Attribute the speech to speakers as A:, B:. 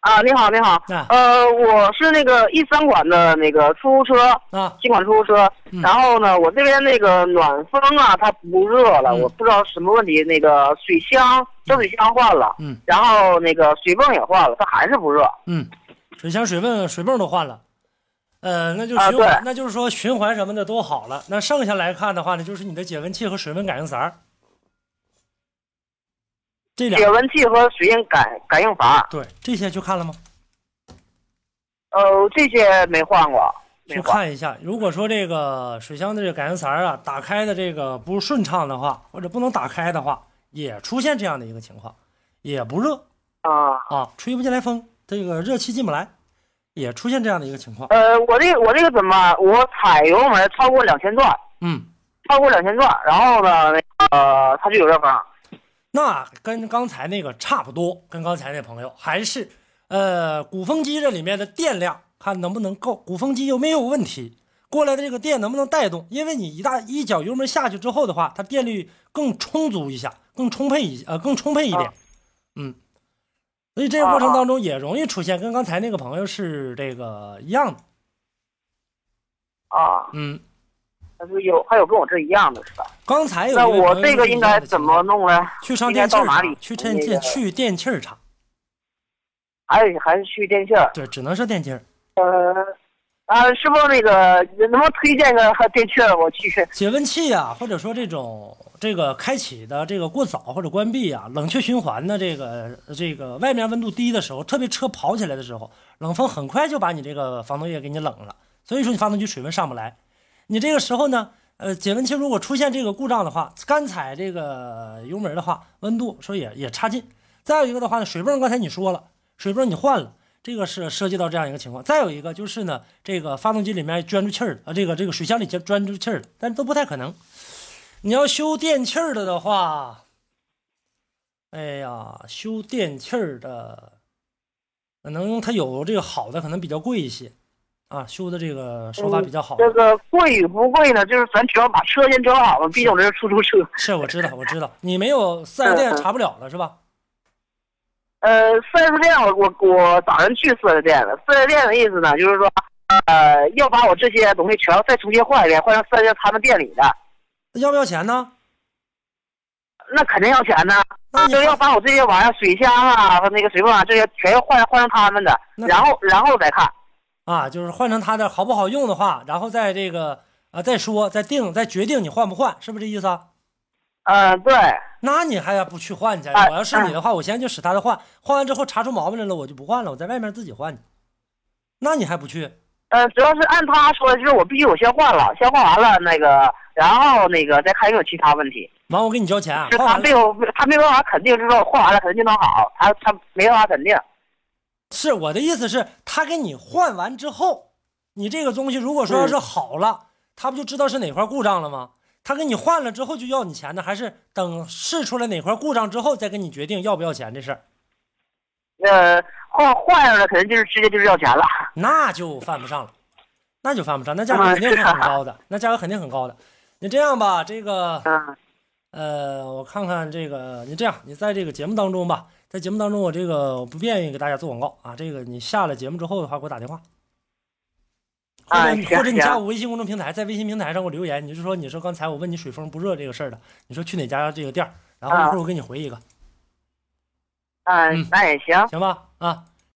A: 啊，你好，你好，
B: 啊
A: 呃，我是那个一三款的那个出租车，
B: 啊，
A: 新款出租车。
B: 嗯
A: 然后呢，我这边那个暖风啊，它不热了，
B: 嗯
A: 我不知道什么问题。那个水箱热水箱换了，
B: 嗯
A: 然后那个水泵也换了，它还是不热。
B: 嗯，水箱、水泵、水泵都换了，呃，那就
A: 啊
B: 循环，
A: 对
B: 那就是说循环什么的都好了。那剩下来看的话呢，就是你的解温器和水温感应阀儿，这
A: 解
B: 俩
A: 温器和水印感感应阀，
B: 对这些去看了吗？
A: 呃，这些没换过，没
B: 去
A: 换。
B: 看一下。如果说这个水箱的这个感应阀儿啊，打开的这个不顺畅的话，或者不能打开的话，也出现这样的一个情况，也不热
A: 啊，
B: 啊，吹不进来风，这个热气进不来，也出现这样的一个情况。
A: 呃，我这个我这个怎么？我踩油门超过两千转，
B: 嗯。
A: 超过两千转，然后呢，那个、呃、它就有热风。
B: 那跟刚才那个差不多，跟刚才那朋友还是，呃，鼓风机这里面的电量看能不能够，鼓风机有没有问题，过来的这个电能不能带动？因为你一大一脚油门下去之后的话，它电力更充足一下，更充沛一呃更充沛一点
A: 啊，
B: 嗯，所以这个过程当中也容易出现跟刚才那个朋友是这个一样的，
A: 啊，
B: 嗯，
A: 它是有还有跟我这一样的是吧？
B: 刚才有一
A: 那
B: 位
A: 我
B: 朋友
A: 这个
B: 是一
A: 应
B: 样
A: 该
B: 的
A: 怎
B: 情况
A: 么弄呢？
B: 去上
A: 应该
B: 电器
A: 到
B: 儿
A: 哪
B: 厂
A: 里？
B: 去电
A: 那
B: 电
A: 个
B: 去电器儿厂，
A: 还是哎还是去电器儿？
B: 对，只能是电器儿。
A: 呃，啊，是不是那个能不能推荐个电器儿我去？
B: 解温器啊，或者说这种这个开启的这个过早或者关闭啊，冷却循环的这个这个外面温度低的时候，特别车跑起来的时候，冷风很快就把你这个发动液给你冷了，所以说你发动机水温上不来。你这个时候呢，呃，解温器如果出现这个故障的话，刚踩这个油门的话，温度说也也差劲。再有一个的话呢，水泵刚才你说了，水泵你换了。这个是涉及到这样一个情况。再有一个就是呢，这个发动机里面钻出气儿了，啊，这个这个水箱里钻钻出气儿了，但都不太可能。你要修电气儿的的话，哎呀，修电气儿的，可能它有这个好的，可能比较贵一些，啊，修的这个手法比较好的。
A: 这个贵与不贵呢，就是咱只要把车先整好了，毕竟我这是出租车。
B: 是，我知道，我知道，你没有四 S
A: 嗯
B: 店查不了了是吧？
A: 呃，四 S 店我我我早上去四 S 店了。四 S 店的意思呢，就是说，呃，要把我这些东西全要再重新换一遍，换成四 S 店他们店里的，
B: 那要不要钱呢？
A: 那肯定要钱呢。
B: 那你
A: 就要把我这些玩意儿，水箱啊和那个水泵啊这些全要换换成他们的，
B: 那
A: 然后然后再看。
B: 啊，就是换成它的好不好用的话，然后再这个啊再说，再定，再决定你换不换，是不是这意思啊？
A: 呃，对，
B: 那你还不去换去？
A: 啊
B: 我要是你的话，我现在就使它的换，换完之后查出毛病来了，我就不换了，我在外面自己换去。那你还不去？
A: 呃，主要是按他说的，就是我必须我先换了，先换完了那个，然后那个再看有没有其他问题。
B: 完，我给你交钱啊，
A: 是
B: 换
A: 他
B: 完了
A: 没有，他没办法肯定，就是说我换完了肯定能好，他他没办法肯定。
B: 是我的意思是，他给你换完之后，你这个东西如果说要是好了，他不就知道是哪块故障了吗？他给你换了之后就要你钱呢，还是等试出来哪块故障之后再跟你决定要不要钱这事儿？
A: 呃，换换上了肯定就是直接就是要钱了。
B: 那就犯不上了，那就犯不上，那价格肯定是很高的，那价格肯定很高的。你这样吧，这个
A: 嗯
B: 呃，我看看这个，你这样，你在这个节目当中吧，在节目当中我这个我不便于给大家做广告啊，这个你下了节目之后的话，给我打电话。或
A: 啊
B: 者你、
A: 行
B: 或者你
A: 行
B: 加我微信公众平台，在微信平台上给我留言，你就说你说刚才我问你水风不热这个事儿的，你说去哪家
A: 啊
B: 这个店儿，然后一会儿我给你回一个，
A: 嗯
B: 嗯，
A: 那也行。
B: 行吧？啊，